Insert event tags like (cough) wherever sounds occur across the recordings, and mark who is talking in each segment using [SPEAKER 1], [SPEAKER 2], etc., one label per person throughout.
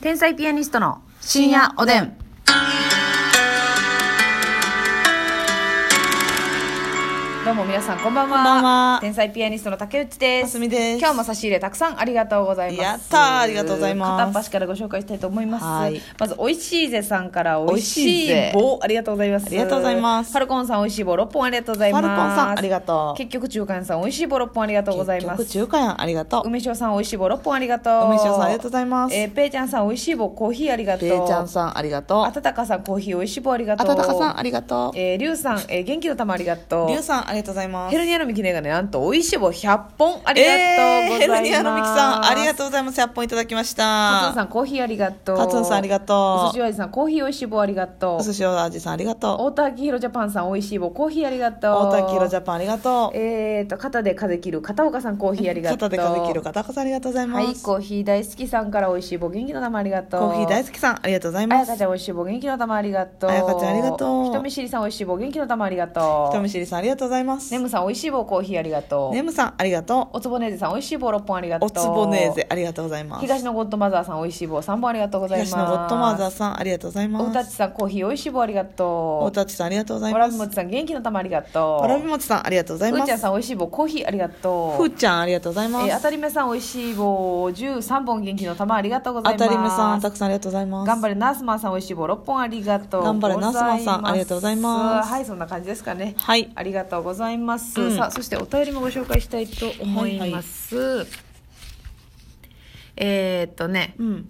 [SPEAKER 1] 天才ピアニストの深夜おでん。どうも皆さんこんばんは。
[SPEAKER 2] こんばんは
[SPEAKER 1] 天才ピアニストの竹内です。
[SPEAKER 2] ますみです
[SPEAKER 1] 今日も差し入れたくさんありがとうございます。
[SPEAKER 2] やったーありがとうございます
[SPEAKER 1] 片っ端からご紹介したいと思います。
[SPEAKER 2] はい
[SPEAKER 1] まずおいしいぜさんからおい
[SPEAKER 2] 美味し
[SPEAKER 1] し
[SPEAKER 2] い
[SPEAKER 1] い
[SPEAKER 2] ぜ
[SPEAKER 1] 棒ありがとうございます。
[SPEAKER 2] ありがとうございます
[SPEAKER 1] ファルコンさんおいしい棒六本ありがとうございます。
[SPEAKER 2] ファルコンさんありがとう
[SPEAKER 1] 結局中間さんおいしい棒六本ありがとうございます
[SPEAKER 2] 結局。中華やんありがとう
[SPEAKER 1] 梅塩さんおいしい棒6本ありがとう
[SPEAKER 2] 梅塩さんありがとうございます
[SPEAKER 1] えー、ペイちゃんさんおいしい棒コーヒーありがとう
[SPEAKER 2] べーちゃんさんありがとう
[SPEAKER 1] あたたかさんコーヒーおいしい棒ありが
[SPEAKER 2] あ
[SPEAKER 1] とう
[SPEAKER 2] たたかさんありがとう
[SPEAKER 1] えー、りゅうさん、えー、元気の玉ありがとう
[SPEAKER 2] りゅうさんありがとうございます
[SPEAKER 1] ヘルニアのミキネがねなんとおいしい棒100本ありがとうございます、
[SPEAKER 2] えーヘルニアのみきさんありが
[SPEAKER 1] う
[SPEAKER 2] とうございます100本いただきま
[SPEAKER 1] カ
[SPEAKER 2] し
[SPEAKER 1] ツンさ
[SPEAKER 2] た
[SPEAKER 1] んコーヒーありがとう
[SPEAKER 2] カツンさんありがとう
[SPEAKER 1] お寿司おじさんコーヒーおいしい棒ありがと
[SPEAKER 2] お
[SPEAKER 1] う
[SPEAKER 2] 寿司お味さんありがと
[SPEAKER 1] 太田明宏ジャパンさんおいしい棒コーヒーありが
[SPEAKER 2] う
[SPEAKER 1] とう
[SPEAKER 2] 大田黄色ジャパンありがとう
[SPEAKER 1] えーと肩で風切る片岡さんコーヒーありがとう
[SPEAKER 2] 肩で風切る片岡さんありがとうございま
[SPEAKER 1] はい、
[SPEAKER 2] すコ
[SPEAKER 1] コーヒー大好きさんから美味しい棒元気の玉ありがとう。
[SPEAKER 2] ーヒー大
[SPEAKER 1] き。
[SPEAKER 2] 好きさんありがとうござい
[SPEAKER 1] あ
[SPEAKER 2] ま
[SPEAKER 1] や
[SPEAKER 2] す
[SPEAKER 1] かちゃん美味しい棒元気の玉ありがとう。
[SPEAKER 2] あやかちゃんありがとう
[SPEAKER 1] 人見知りさん美味しい棒元気の玉ありがとう。
[SPEAKER 2] 人見知りさんありがとうございます
[SPEAKER 1] ネムさん美味しい棒コーヒーありがとう。
[SPEAKER 2] ネムさんありがと
[SPEAKER 1] おつぼねーぜさん美味しい棒6本ありが
[SPEAKER 2] う
[SPEAKER 1] とう。
[SPEAKER 2] おつぼねーぜ。ありがとうございます
[SPEAKER 1] 東のゴッドマザーさん美味しい棒3本ありがとうございます。
[SPEAKER 2] 東のゴッドマザー
[SPEAKER 1] さ
[SPEAKER 2] さんありがとうござい
[SPEAKER 1] お
[SPEAKER 2] ま
[SPEAKER 1] うた
[SPEAKER 2] す
[SPEAKER 1] ちさんコーヒー美味しい棒ありが
[SPEAKER 2] お
[SPEAKER 1] とう。
[SPEAKER 2] たちさんありがとうござい
[SPEAKER 1] わら
[SPEAKER 2] ま
[SPEAKER 1] び
[SPEAKER 2] す
[SPEAKER 1] もちさん元気の玉ありがとう。
[SPEAKER 2] わらびもちさんありがとうござい
[SPEAKER 1] ふー
[SPEAKER 2] ま
[SPEAKER 1] ちゃん
[SPEAKER 2] す
[SPEAKER 1] さん美味しい棒コーヒーありがと
[SPEAKER 2] ふ
[SPEAKER 1] う
[SPEAKER 2] ー。ちゃんありがとうございま
[SPEAKER 1] えー、
[SPEAKER 2] す
[SPEAKER 1] 当たり目さん美味しい棒13本元気の玉ありがとうございます。
[SPEAKER 2] 当たり目さんたくさんありがとうございます
[SPEAKER 1] 頑張れナースマンさんおいしい棒6本ありがとう
[SPEAKER 2] 頑張れナースマンさんありがとうございます
[SPEAKER 1] はいそんな感じですかね
[SPEAKER 2] はい
[SPEAKER 1] ありがとうございます、
[SPEAKER 2] うん
[SPEAKER 1] さあそしてお便りもご紹介したいと思います、えー、っとね
[SPEAKER 2] うん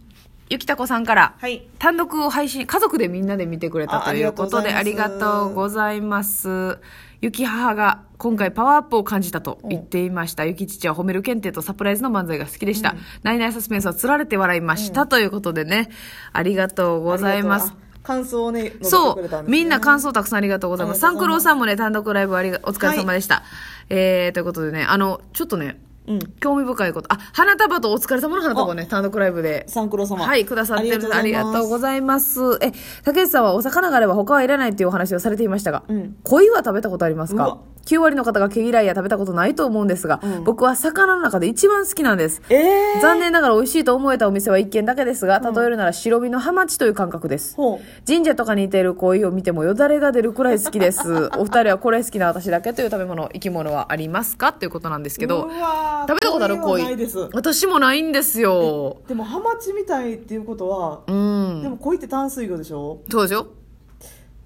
[SPEAKER 1] ゆきたこさんから、
[SPEAKER 2] はい
[SPEAKER 1] 単独を配信家族でみんなで見てくれた
[SPEAKER 2] あ
[SPEAKER 1] ということであ
[SPEAKER 2] あ
[SPEAKER 1] り
[SPEAKER 2] り
[SPEAKER 1] がと
[SPEAKER 2] がと
[SPEAKER 1] う
[SPEAKER 2] う
[SPEAKER 1] ご
[SPEAKER 2] ご
[SPEAKER 1] ざいますゆき母が今回パワーアップを感じたと言っていましたゆき父は褒める検定とサプライズの漫才が好きでした、ナイナイサスペンスはつられて笑いました、ということでねありがとうございます
[SPEAKER 2] 感想をね
[SPEAKER 1] そ
[SPEAKER 2] 述べてくれ
[SPEAKER 1] う
[SPEAKER 2] た、ですね
[SPEAKER 1] みんな感想たくさんありがとうございます。
[SPEAKER 2] あ
[SPEAKER 1] サ
[SPEAKER 2] り
[SPEAKER 1] ン
[SPEAKER 2] が
[SPEAKER 1] ク
[SPEAKER 2] とうご
[SPEAKER 1] ロー
[SPEAKER 2] ざいます
[SPEAKER 1] さんもね、単独ライブありが、お疲れ様でした。えー、ということでね、あの、ちょっとね、
[SPEAKER 2] うん
[SPEAKER 1] 興味深いこと。あ、花束とお疲れ様の花束をね、単独ライブで。
[SPEAKER 2] サンクロ様
[SPEAKER 1] はい、くださってるのでありがとうご
[SPEAKER 2] ざい
[SPEAKER 1] ざいます。え、竹内さんはお魚があれば他はいらないというお話をされていましたが、
[SPEAKER 2] ん
[SPEAKER 1] 鯉は食べたことあります
[SPEAKER 2] う
[SPEAKER 1] か
[SPEAKER 2] わ
[SPEAKER 1] ?9 割の方が毛嫌いや食べたことないと思うんですが、僕は魚の中で一番好きなんです。
[SPEAKER 2] ますえー
[SPEAKER 1] 残念ながら美味しいと思えたお店は1軒だけですが、例えるなら白身のハマチという感覚です。
[SPEAKER 2] ほ
[SPEAKER 1] 神社とかにいている鯉を見てもよだれが出るくらい好きです
[SPEAKER 2] (laughs)
[SPEAKER 1] お二人はこれ好きな私だけという食べ物生き物はありますかということなんですけ
[SPEAKER 2] う
[SPEAKER 1] ど
[SPEAKER 2] うわー
[SPEAKER 1] 食べたことある
[SPEAKER 2] こ
[SPEAKER 1] 鯉
[SPEAKER 2] れはないです
[SPEAKER 1] 私もないんですよ
[SPEAKER 2] でもハマチみたいっていうことは
[SPEAKER 1] う
[SPEAKER 2] で
[SPEAKER 1] ん
[SPEAKER 2] も鯉って淡水魚でしょ
[SPEAKER 1] そうでしょ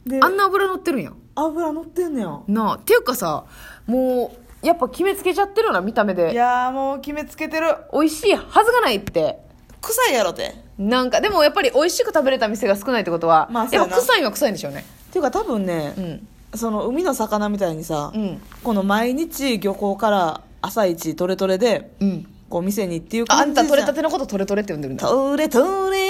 [SPEAKER 2] で
[SPEAKER 1] あんな油乗ってるんや
[SPEAKER 2] 油乗ってんねや
[SPEAKER 1] なあっていうかさもうやっぱ決めつけちゃってるよな見た目
[SPEAKER 2] い
[SPEAKER 1] で
[SPEAKER 2] やーもう決めつけてる
[SPEAKER 1] 美味しいはずがないって
[SPEAKER 2] 臭いやろて
[SPEAKER 1] なんかでもやっぱり美味しく食べれた店が少ないってことは、
[SPEAKER 2] まあそう
[SPEAKER 1] や
[SPEAKER 2] や
[SPEAKER 1] っ
[SPEAKER 2] な
[SPEAKER 1] ぱ臭いは臭いんでしょうね
[SPEAKER 2] っていうか多分ね、
[SPEAKER 1] うん
[SPEAKER 2] その海の魚みたいにさ、
[SPEAKER 1] うん
[SPEAKER 2] この毎日漁港から朝一トレトレで、
[SPEAKER 1] うん
[SPEAKER 2] こう店にっていう
[SPEAKER 1] あ
[SPEAKER 2] 感
[SPEAKER 1] ん
[SPEAKER 2] じじゃ
[SPEAKER 1] た取れたてのことトレトレって呼んでるんだ
[SPEAKER 2] トレトレ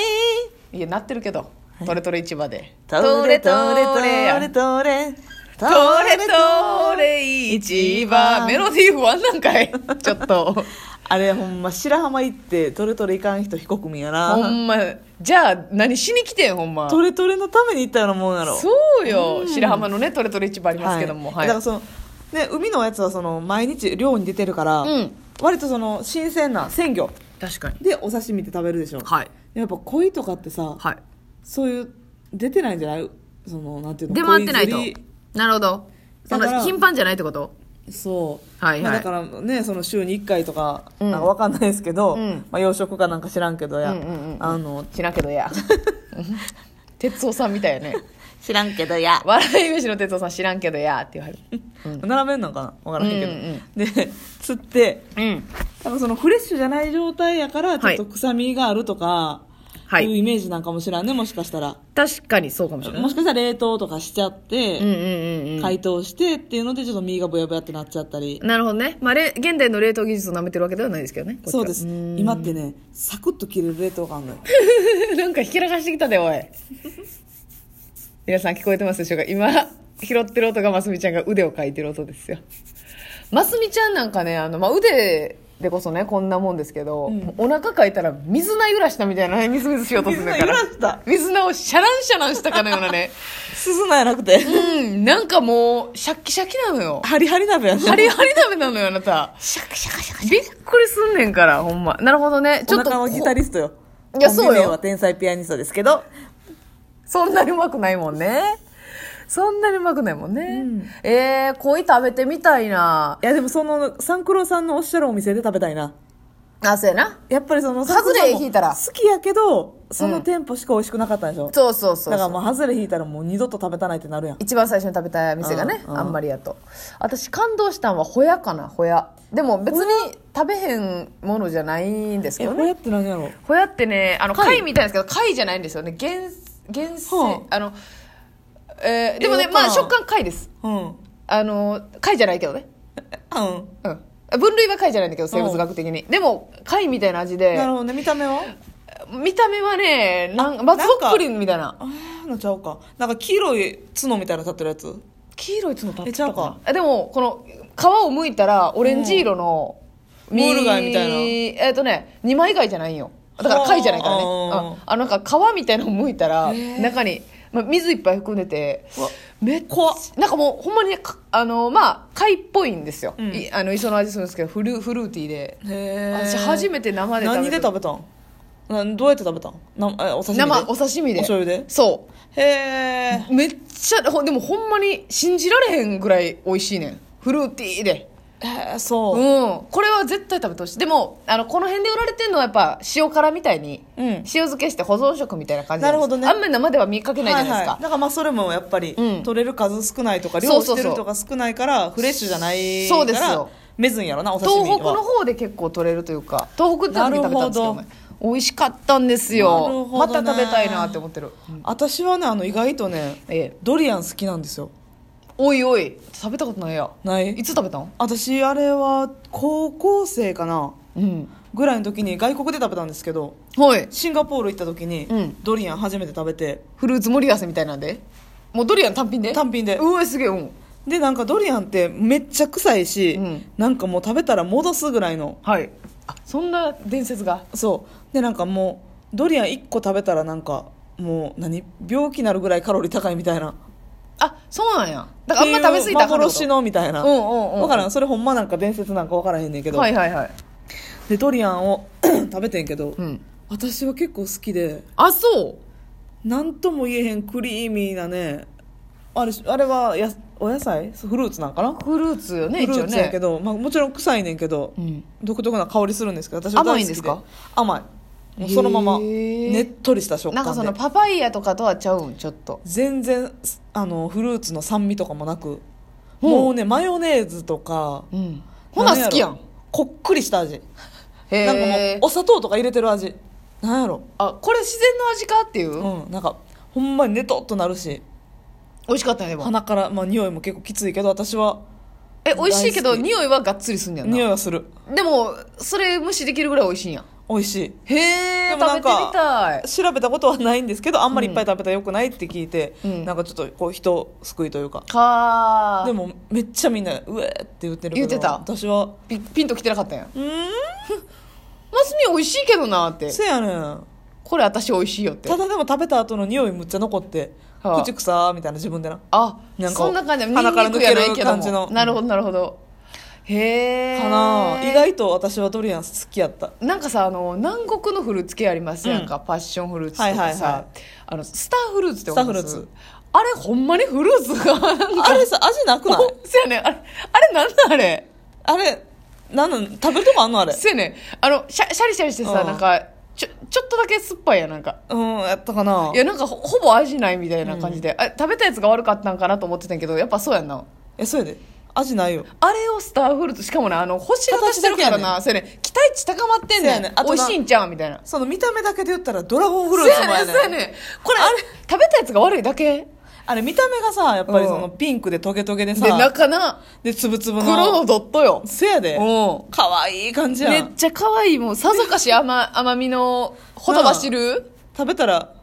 [SPEAKER 1] いやなってるけど、トレトレ市場で
[SPEAKER 2] トレトレト
[SPEAKER 1] や
[SPEAKER 2] レ
[SPEAKER 1] ん
[SPEAKER 2] トレ
[SPEAKER 1] トレトレ市場メロディー不安なんかいちょっと
[SPEAKER 2] あれほんま白浜行ってトレトレ行かん人非国民や
[SPEAKER 1] ほ
[SPEAKER 2] なん
[SPEAKER 1] まじゃあ何しに来てんほんま
[SPEAKER 2] トレトレのために行ったようなもんやろ
[SPEAKER 1] そうよ白浜のねトレトレ市場あり
[SPEAKER 2] う
[SPEAKER 1] ますけども
[SPEAKER 2] は、
[SPEAKER 1] はいい、
[SPEAKER 2] だからそのね海のやつはその毎日漁に出てるから、
[SPEAKER 1] うん
[SPEAKER 2] 割とその新鮮な鮮魚
[SPEAKER 1] 確かに
[SPEAKER 2] でお刺身って食べるでしょ
[SPEAKER 1] はい
[SPEAKER 2] やっぱ鯉とかってさ
[SPEAKER 1] はい
[SPEAKER 2] そういう出てないんじゃないそのなんていうの
[SPEAKER 1] 出回ってないと
[SPEAKER 2] 恋釣
[SPEAKER 1] なるほどそ
[SPEAKER 2] だ
[SPEAKER 1] ん
[SPEAKER 2] から
[SPEAKER 1] な頻繁じゃないってこと
[SPEAKER 2] りそう、
[SPEAKER 1] はいはい
[SPEAKER 2] まあだからねその週に1回とか
[SPEAKER 1] うん
[SPEAKER 2] なんかわかんないですけど、
[SPEAKER 1] うん
[SPEAKER 2] まあ、養殖かなんか知らんけどや、
[SPEAKER 1] うんうんうんうん
[SPEAKER 2] あの
[SPEAKER 1] しなけどや (laughs) 哲夫さんみたいやね
[SPEAKER 2] 知らんけどや
[SPEAKER 1] 笑い飯の哲夫さん知らんけどやって言われる
[SPEAKER 2] 並べんのかなわからんけど、
[SPEAKER 1] うんうん
[SPEAKER 2] で釣って
[SPEAKER 1] うん
[SPEAKER 2] 多分そのフレッシュじゃない状態やからちょ
[SPEAKER 1] は
[SPEAKER 2] っ
[SPEAKER 1] い
[SPEAKER 2] と臭みがあるとか、、
[SPEAKER 1] はい
[SPEAKER 2] う
[SPEAKER 1] い
[SPEAKER 2] イメージなんかもしらんねもしかしたら
[SPEAKER 1] 確かにそうかもしれない
[SPEAKER 2] もしかしたら冷凍とかしちゃって、
[SPEAKER 1] うんうんうんうん
[SPEAKER 2] 解凍してっていうのでちょっと身がぼやぼやってなっちゃったり、
[SPEAKER 1] なるほどね、まあ、れ現代の冷凍技術を舐めてるわけではないですけどねこっちは
[SPEAKER 2] そうです
[SPEAKER 1] ん
[SPEAKER 2] 今ってねサクッと切れる冷凍があるのよ
[SPEAKER 1] (laughs) なんかひけらかしてきたでおい皆さん聞こえてますでしょうか今拾ってる音がますみちゃんが腕をかいてる音ですよますみちゃんなんかねあの、まあ、腕でこそねこんなもんですけど、
[SPEAKER 2] うん
[SPEAKER 1] もうお腹かいたら水菜揺らしたみたいな
[SPEAKER 2] (laughs)
[SPEAKER 1] ねみずみずしようとするから
[SPEAKER 2] 水菜揺らした
[SPEAKER 1] 水菜をシャランシャランしたかのようなね
[SPEAKER 2] 鈴菜やなくて
[SPEAKER 1] うんなんかもうシャッキシャキなの
[SPEAKER 2] (laughs)
[SPEAKER 1] よ
[SPEAKER 2] ハリハリ鍋やね
[SPEAKER 1] ハリハリ鍋なのよあなた
[SPEAKER 2] シャカシャカシャカ
[SPEAKER 1] びっくりすんねんから、ほんま。なるほどね。ち
[SPEAKER 2] お
[SPEAKER 1] ょっと
[SPEAKER 2] 腹
[SPEAKER 1] こ、
[SPEAKER 2] はギタリストよ
[SPEAKER 1] いやそうよ
[SPEAKER 2] コンビ名は天才ピアニストですけど
[SPEAKER 1] そんなにうまくないもんね。そんなにうまくないもんね。
[SPEAKER 2] ん
[SPEAKER 1] えー、恋食べてみたいな。
[SPEAKER 2] いやでもその三九郎さんのおっしゃるお店で食べたいな
[SPEAKER 1] あ、そうやな。
[SPEAKER 2] やっぱりその
[SPEAKER 1] ハズレ引いたら
[SPEAKER 2] 好きやけどその店舗しか美味しくなかったんでしょ、
[SPEAKER 1] そうそうそうそう。
[SPEAKER 2] だからもうハズレ引いたらもう二度と食べたないってなるやん
[SPEAKER 1] 一番最初に食べた店がね、
[SPEAKER 2] うんうん
[SPEAKER 1] あんまりやと私感動したんはホヤかなホヤでも別に食べへんものじゃないんですけ
[SPEAKER 2] え
[SPEAKER 1] ど
[SPEAKER 2] こ
[SPEAKER 1] ね
[SPEAKER 2] れやって何やろう
[SPEAKER 1] ホヤってねあの
[SPEAKER 2] 貝
[SPEAKER 1] 貝みたいなんですけど貝じゃないんですよね原原生、
[SPEAKER 2] は
[SPEAKER 1] あのえーでも
[SPEAKER 2] え
[SPEAKER 1] ね
[SPEAKER 2] ー
[SPEAKER 1] まあ
[SPEAKER 2] わからん
[SPEAKER 1] 食感貝です
[SPEAKER 2] うんうん
[SPEAKER 1] あの貝じゃないけどねうん分類は貝じゃないんだけど生物学的に、でも貝みたいな味で
[SPEAKER 2] なるほどね見た目は
[SPEAKER 1] 見た目はねなん松ぼっくりみたいな
[SPEAKER 2] ああのちゃうかなんか黄色い角みたいな立ってるやつ
[SPEAKER 1] 黄色いつのた
[SPEAKER 2] えちゃうか
[SPEAKER 1] あでもこの皮を剥いたらオレンジ色の
[SPEAKER 2] うんモール貝みたいな
[SPEAKER 1] えっ、とね二枚貝じゃないよだから貝じゃないからね
[SPEAKER 2] は
[SPEAKER 1] ああなんか皮みたいなの剥いたら
[SPEAKER 2] へー
[SPEAKER 1] 中に、まあ、水いっぱい含んでて
[SPEAKER 2] うわ
[SPEAKER 1] めっち
[SPEAKER 2] 怖っ
[SPEAKER 1] ゃなんかもうほんまにねかあのまあ貝っぽいんですよ、
[SPEAKER 2] うん
[SPEAKER 1] いあの磯の味するんですけどフルフルーティーで
[SPEAKER 2] へえ
[SPEAKER 1] 私初めて生で食べた
[SPEAKER 2] 何で食べたんなんどうやって食べたんなえお刺身で
[SPEAKER 1] 生お刺身で
[SPEAKER 2] お醤油で
[SPEAKER 1] そ
[SPEAKER 2] へえ
[SPEAKER 1] うめっちゃほでもほんまに信じられへんぐらい美味しいねんフルーティーで
[SPEAKER 2] へえそう
[SPEAKER 1] うん、これは絶対食べてほしいでもあのこの辺で売られてるのはやっぱ塩辛みたいに、
[SPEAKER 2] うん
[SPEAKER 1] 塩漬けして保存食みたいな感じんです
[SPEAKER 2] なるほどね
[SPEAKER 1] あんまり生では見かけないじゃないですか、
[SPEAKER 2] ははだからまあそれもやっぱり、
[SPEAKER 1] うん
[SPEAKER 2] 取れる数少ないとか
[SPEAKER 1] そ
[SPEAKER 2] 量
[SPEAKER 1] うそうそう
[SPEAKER 2] してるとか少ないからフレッシュじゃない
[SPEAKER 1] そうで
[SPEAKER 2] か
[SPEAKER 1] す
[SPEAKER 2] ら
[SPEAKER 1] よ
[SPEAKER 2] めずんやろなお刺身は
[SPEAKER 1] 東北の方で結構取れるというか東北で時食べたんですけど
[SPEAKER 2] な
[SPEAKER 1] ね
[SPEAKER 2] る
[SPEAKER 1] 美味しかったんです
[SPEAKER 2] なる
[SPEAKER 1] よ
[SPEAKER 2] ほ
[SPEAKER 1] ま
[SPEAKER 2] どね
[SPEAKER 1] た食べたいなって思ってる、
[SPEAKER 2] 私はねあの意外とね
[SPEAKER 1] ええ
[SPEAKER 2] ドリアン好きなんですよ
[SPEAKER 1] おいおい食べたことないや
[SPEAKER 2] ないい
[SPEAKER 1] つ食べたん
[SPEAKER 2] 私あれは高校生かな
[SPEAKER 1] うん
[SPEAKER 2] ぐらいの時に外国で食べたんですけど
[SPEAKER 1] はい
[SPEAKER 2] シンガポール行った時に、
[SPEAKER 1] うん
[SPEAKER 2] ドリアン初めて食べて
[SPEAKER 1] フルーツ盛り合わせみたいなんでもうドリアン単品で
[SPEAKER 2] 単品で
[SPEAKER 1] うわすげえうん
[SPEAKER 2] でなんかドリアンってめっちゃ臭いし、
[SPEAKER 1] うん
[SPEAKER 2] なんかもう食べたら戻すぐらいの
[SPEAKER 1] はいあそんな伝説が
[SPEAKER 2] そうでなんかもうドリアン1個食べたらなんかもう何病気になるぐらいカロリー高いみたいな
[SPEAKER 1] あそうなんやだからあんま食べ過ぎたらあかんってこと
[SPEAKER 2] 幻のみたいな、
[SPEAKER 1] うんうんうん
[SPEAKER 2] 分からんそれほんまなんか伝説なんか分からへんねんけど、
[SPEAKER 1] はいはいはい、
[SPEAKER 2] でドリア
[SPEAKER 1] (coughs)
[SPEAKER 2] ンを食べてんけど、
[SPEAKER 1] うん、
[SPEAKER 2] 私は結構好きで
[SPEAKER 1] あそう
[SPEAKER 2] なんとも言えへんクリーミーなねあれあれはやお野菜フルーツなんかな、
[SPEAKER 1] フルーツよね
[SPEAKER 2] フル
[SPEAKER 1] 一
[SPEAKER 2] ー
[SPEAKER 1] 応
[SPEAKER 2] ツや
[SPEAKER 1] ね
[SPEAKER 2] けど、まあ、もちろん臭いねんけど、
[SPEAKER 1] うん
[SPEAKER 2] 独特な香りするんですけど私は大好き
[SPEAKER 1] 甘いんですか
[SPEAKER 2] 甘いもうそのまま
[SPEAKER 1] へー
[SPEAKER 2] ねっとりした食
[SPEAKER 1] な
[SPEAKER 2] 感
[SPEAKER 1] ん
[SPEAKER 2] で
[SPEAKER 1] かそのパパイヤとかとはちゃうんちょっと
[SPEAKER 2] 全然すあのフルーツの酸味とかもなく
[SPEAKER 1] ほう
[SPEAKER 2] もうねマヨネーズとか
[SPEAKER 1] うんほな
[SPEAKER 2] 何
[SPEAKER 1] 好
[SPEAKER 2] ろ
[SPEAKER 1] きやん
[SPEAKER 2] こっくりした味
[SPEAKER 1] へ
[SPEAKER 2] なんかもう
[SPEAKER 1] え
[SPEAKER 2] お砂糖とか入れてる味なんやろ
[SPEAKER 1] あこれ自然の味かっていう、
[SPEAKER 2] うんなんかほんまにねとっとなるし
[SPEAKER 1] 美味しかったねでも
[SPEAKER 2] 鼻から、まあ、匂いも結構きついけど私は
[SPEAKER 1] え美味しいけど
[SPEAKER 2] 大好き
[SPEAKER 1] 匂いはがっつりすんねやん
[SPEAKER 2] 匂い
[SPEAKER 1] な
[SPEAKER 2] はする
[SPEAKER 1] でもそれ無視できるぐらい美味しいんや
[SPEAKER 2] 美味しい
[SPEAKER 1] へえ
[SPEAKER 2] で
[SPEAKER 1] 食
[SPEAKER 2] もな
[SPEAKER 1] べて
[SPEAKER 2] んか
[SPEAKER 1] みたい
[SPEAKER 2] 調べたことはないんですけどあんまりいっぱい食べたらよくないって聞いて、
[SPEAKER 1] うん
[SPEAKER 2] なんかちょっとこう人救いというか
[SPEAKER 1] かー
[SPEAKER 2] でもめっちゃみんな「うえ」って言ってるけ
[SPEAKER 1] 言
[SPEAKER 2] ど
[SPEAKER 1] ってた
[SPEAKER 2] 私は
[SPEAKER 1] ピピンときてなかったんや
[SPEAKER 2] 「うーん
[SPEAKER 1] マスミ美味しいけどなーって
[SPEAKER 2] せやねん」
[SPEAKER 1] これ私美味しいよって
[SPEAKER 2] ただでも食べた後の匂いむっちゃ残って「
[SPEAKER 1] はあ
[SPEAKER 2] 口臭」みたいな自分でな
[SPEAKER 1] あ
[SPEAKER 2] なんか
[SPEAKER 1] そんな感じ
[SPEAKER 2] 鼻から抜ける
[SPEAKER 1] ニンニクやない
[SPEAKER 2] 感
[SPEAKER 1] け
[SPEAKER 2] じ
[SPEAKER 1] ども
[SPEAKER 2] の
[SPEAKER 1] なるほどなるほどへえ
[SPEAKER 2] かな意外と私はドリアン好きやった
[SPEAKER 1] なんかさあの南国のフルーツ系ありますやんか、パッションフルーツとかさ、
[SPEAKER 2] はいはいはい
[SPEAKER 1] あのスターフルーツってわかります
[SPEAKER 2] スターフルーツ
[SPEAKER 1] あれほんまにフルーツがなんか
[SPEAKER 2] あれさ味なくない
[SPEAKER 1] そうやねんあれあれなんなんあれ
[SPEAKER 2] あれなんなん食べるとこあんのあれ
[SPEAKER 1] そうやねんあのシャシャリシャリしてさ、
[SPEAKER 2] うん
[SPEAKER 1] なんかちょちょっとだけ酸っぱいやんなんか
[SPEAKER 2] うんやったかない
[SPEAKER 1] やなんかほほぼ味ないみたいな感じで、あ食べたやつが悪かったんかなと思ってたんやけどやっぱそうやんな
[SPEAKER 2] えそうやで味ないよ
[SPEAKER 1] あれをスターフルーツしかもねあの星形してるからなそうやねん期待値高まってん
[SPEAKER 2] そう
[SPEAKER 1] ね
[SPEAKER 2] や
[SPEAKER 1] ん
[SPEAKER 2] ねんあと
[SPEAKER 1] 美
[SPEAKER 2] な
[SPEAKER 1] 味しいんちゃうみたいな
[SPEAKER 2] その見た目だけで言ったらドラゴン
[SPEAKER 1] そ
[SPEAKER 2] フル
[SPEAKER 1] う
[SPEAKER 2] ーツ
[SPEAKER 1] やね
[SPEAKER 2] もや
[SPEAKER 1] んそうや
[SPEAKER 2] ねん
[SPEAKER 1] ねんこれあれ食べたやつが悪いだけ
[SPEAKER 2] あれ見た目がさやっぱりそうの
[SPEAKER 1] ん
[SPEAKER 2] ピンクでトゲトゲで
[SPEAKER 1] で
[SPEAKER 2] さ
[SPEAKER 1] 中な
[SPEAKER 2] でつぶつぶ
[SPEAKER 1] 黒の
[SPEAKER 2] の
[SPEAKER 1] ドットよ
[SPEAKER 2] せやで
[SPEAKER 1] う
[SPEAKER 2] かわいい感じ
[SPEAKER 1] んめ
[SPEAKER 2] や
[SPEAKER 1] っ
[SPEAKER 2] ん
[SPEAKER 1] ちゃ可愛いもうさぞかし甘甘みのほとばしる
[SPEAKER 2] 食べたら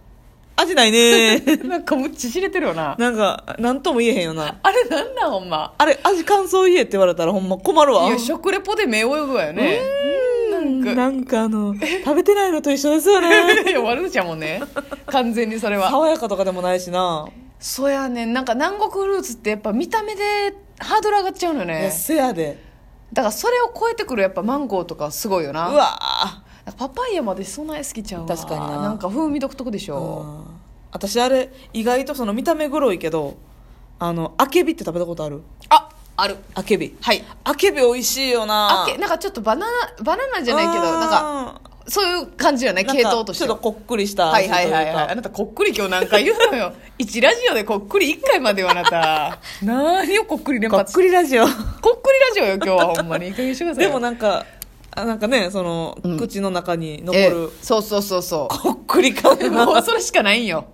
[SPEAKER 2] 味ないね
[SPEAKER 1] (laughs) なんかむっちしれてるよな
[SPEAKER 2] なんかなんとも言えへんよな
[SPEAKER 1] あれなんなんほんま
[SPEAKER 2] あれ味感想言えって言われたらほんま困るわ
[SPEAKER 1] いや食レポで目泳ぐわよね
[SPEAKER 2] うん
[SPEAKER 1] なんか
[SPEAKER 2] なんかあの食べてないのと一緒です
[SPEAKER 1] (laughs)
[SPEAKER 2] よね
[SPEAKER 1] いや悪口やもんね完全にそれは
[SPEAKER 2] 爽やかとかでもないしな、
[SPEAKER 1] そうやねんなんか南国フルーツってやっぱ見た目でハードル上がっちゃうのよ
[SPEAKER 2] いや
[SPEAKER 1] ね
[SPEAKER 2] せやで
[SPEAKER 1] だからそれを超えてくるやっぱマンゴーとかすごいよ
[SPEAKER 2] う
[SPEAKER 1] な
[SPEAKER 2] わ
[SPEAKER 1] パパイヤまでそんなに好きちゃうわ
[SPEAKER 2] 確かにな
[SPEAKER 1] なんか風味独特でしょ
[SPEAKER 2] あー私あれ意外とその見た目黒いけどあのあけびって食べたことある
[SPEAKER 1] あある
[SPEAKER 2] あけび
[SPEAKER 1] はい
[SPEAKER 2] あけび美味しいよな
[SPEAKER 1] あけなんかちょっとバナナバナナじゃないけど
[SPEAKER 2] あー
[SPEAKER 1] なんかそういう感じよね
[SPEAKER 2] なんか
[SPEAKER 1] 系統として
[SPEAKER 2] ちょ
[SPEAKER 1] は
[SPEAKER 2] っとこっくりした
[SPEAKER 1] はい
[SPEAKER 2] 味と
[SPEAKER 1] は
[SPEAKER 2] いう
[SPEAKER 1] い
[SPEAKER 2] か
[SPEAKER 1] はいはいあなたこっくり今日何回言うの
[SPEAKER 2] (laughs)
[SPEAKER 1] よ一ラジオでこっくり一回までよあなた何をこっくり連
[SPEAKER 2] こっ
[SPEAKER 1] 発こ
[SPEAKER 2] くりラジオ
[SPEAKER 1] っくりラジオよ今日はほんまにいい加減にしてください
[SPEAKER 2] で
[SPEAKER 1] よ
[SPEAKER 2] もなんかあなんかねその、
[SPEAKER 1] うん
[SPEAKER 2] 口の中に残る、
[SPEAKER 1] ええそうそうそうそ
[SPEAKER 2] こっくり感
[SPEAKER 1] う
[SPEAKER 2] が
[SPEAKER 1] (laughs) もうそれしかないんよ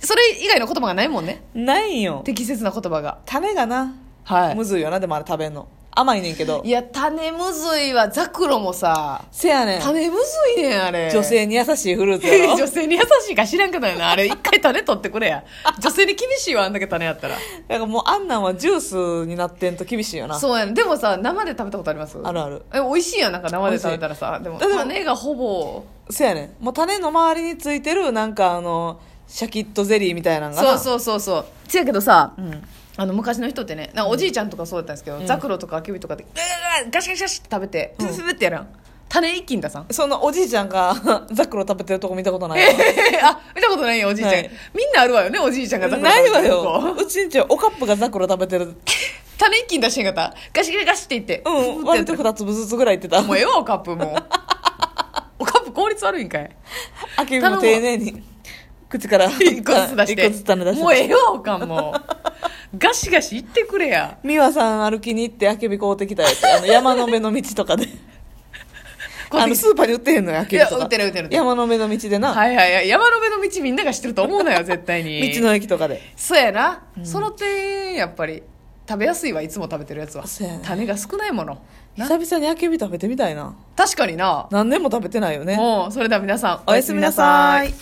[SPEAKER 1] それ以外の言葉がないもんね
[SPEAKER 2] ないんよ
[SPEAKER 1] 適切な言葉が
[SPEAKER 2] 種がな、
[SPEAKER 1] はい
[SPEAKER 2] むずいよなでもあれ食べんの甘いねんけど
[SPEAKER 1] いや種むずいはザクロもさ
[SPEAKER 2] せやねん
[SPEAKER 1] 種むずいねんあれ
[SPEAKER 2] 女性に優しいフルーツやろ
[SPEAKER 1] (laughs) 女性に優しいか知らんけどやなあれ一回種取ってくれや女性に厳しいわあんだけ種やったら
[SPEAKER 2] だからもうあんなんはジュースになってんと厳しいよな
[SPEAKER 1] そうやんでもさ生で食べたことあります
[SPEAKER 2] あるある
[SPEAKER 1] え美味しいやんなんか生で食べたらさでも
[SPEAKER 2] だって
[SPEAKER 1] 種がほぼ
[SPEAKER 2] せやねんもう種の周りについてるなんかあのシャキッとゼリーみたいなのが
[SPEAKER 1] そう
[SPEAKER 2] な
[SPEAKER 1] そうそうそうせやけどさ、
[SPEAKER 2] ん
[SPEAKER 1] あの昔の人ってねなんかおじいちゃんとかそうだったんですけど、ザクロとかアケビとかでガガガガガシャガシャシって食べてププププってやらん種一気に出さん
[SPEAKER 2] そのおじいちゃんが (laughs) ザクロ食べてるとこ見たことないわ
[SPEAKER 1] あ見たことないよおじいちゃん、
[SPEAKER 2] はい
[SPEAKER 1] みんなあるわよねおじいちゃんがザクロ食
[SPEAKER 2] (laughs) な
[SPEAKER 1] べて
[SPEAKER 2] い
[SPEAKER 1] る
[SPEAKER 2] わ
[SPEAKER 1] とこ
[SPEAKER 2] ようちんちはおかっぷがザクロ食べてる
[SPEAKER 1] 種一気に出してんかったガシガシガシっていって
[SPEAKER 2] う
[SPEAKER 1] ププ
[SPEAKER 2] ん
[SPEAKER 1] プってやっ
[SPEAKER 2] 割
[SPEAKER 1] て
[SPEAKER 2] と2粒ずつぐらい言ってた
[SPEAKER 1] もうええわおカップもうおカップ効率悪いんかい
[SPEAKER 2] あけびも丁寧に口から
[SPEAKER 1] 一個ずつ出し
[SPEAKER 2] 一
[SPEAKER 1] て
[SPEAKER 2] 個ずつ種出して
[SPEAKER 1] もうええわおかんもうガシガシ言ってくれや
[SPEAKER 2] 美和さん歩きに行ってあけび買うてきたやつあの山の辺の道とかで
[SPEAKER 1] こうやっ
[SPEAKER 2] あ
[SPEAKER 1] て
[SPEAKER 2] のスーパーに売ってへんのよあけびとか
[SPEAKER 1] いや売ってる売ってる
[SPEAKER 2] 山の辺の道でな、
[SPEAKER 1] はいはいはい山の辺の道みんなが知ってると思うなよ絶対に
[SPEAKER 2] 道の駅とかで
[SPEAKER 1] そうやな、その点やっぱり食べやすいわいつも食べてるやつは
[SPEAKER 2] そうやね
[SPEAKER 1] 種が少ないものな
[SPEAKER 2] 久々にあけび食べてみたいな
[SPEAKER 1] 確かにな
[SPEAKER 2] 何年も食べてないよね
[SPEAKER 1] もうそれでは皆さん
[SPEAKER 2] おやすみなさい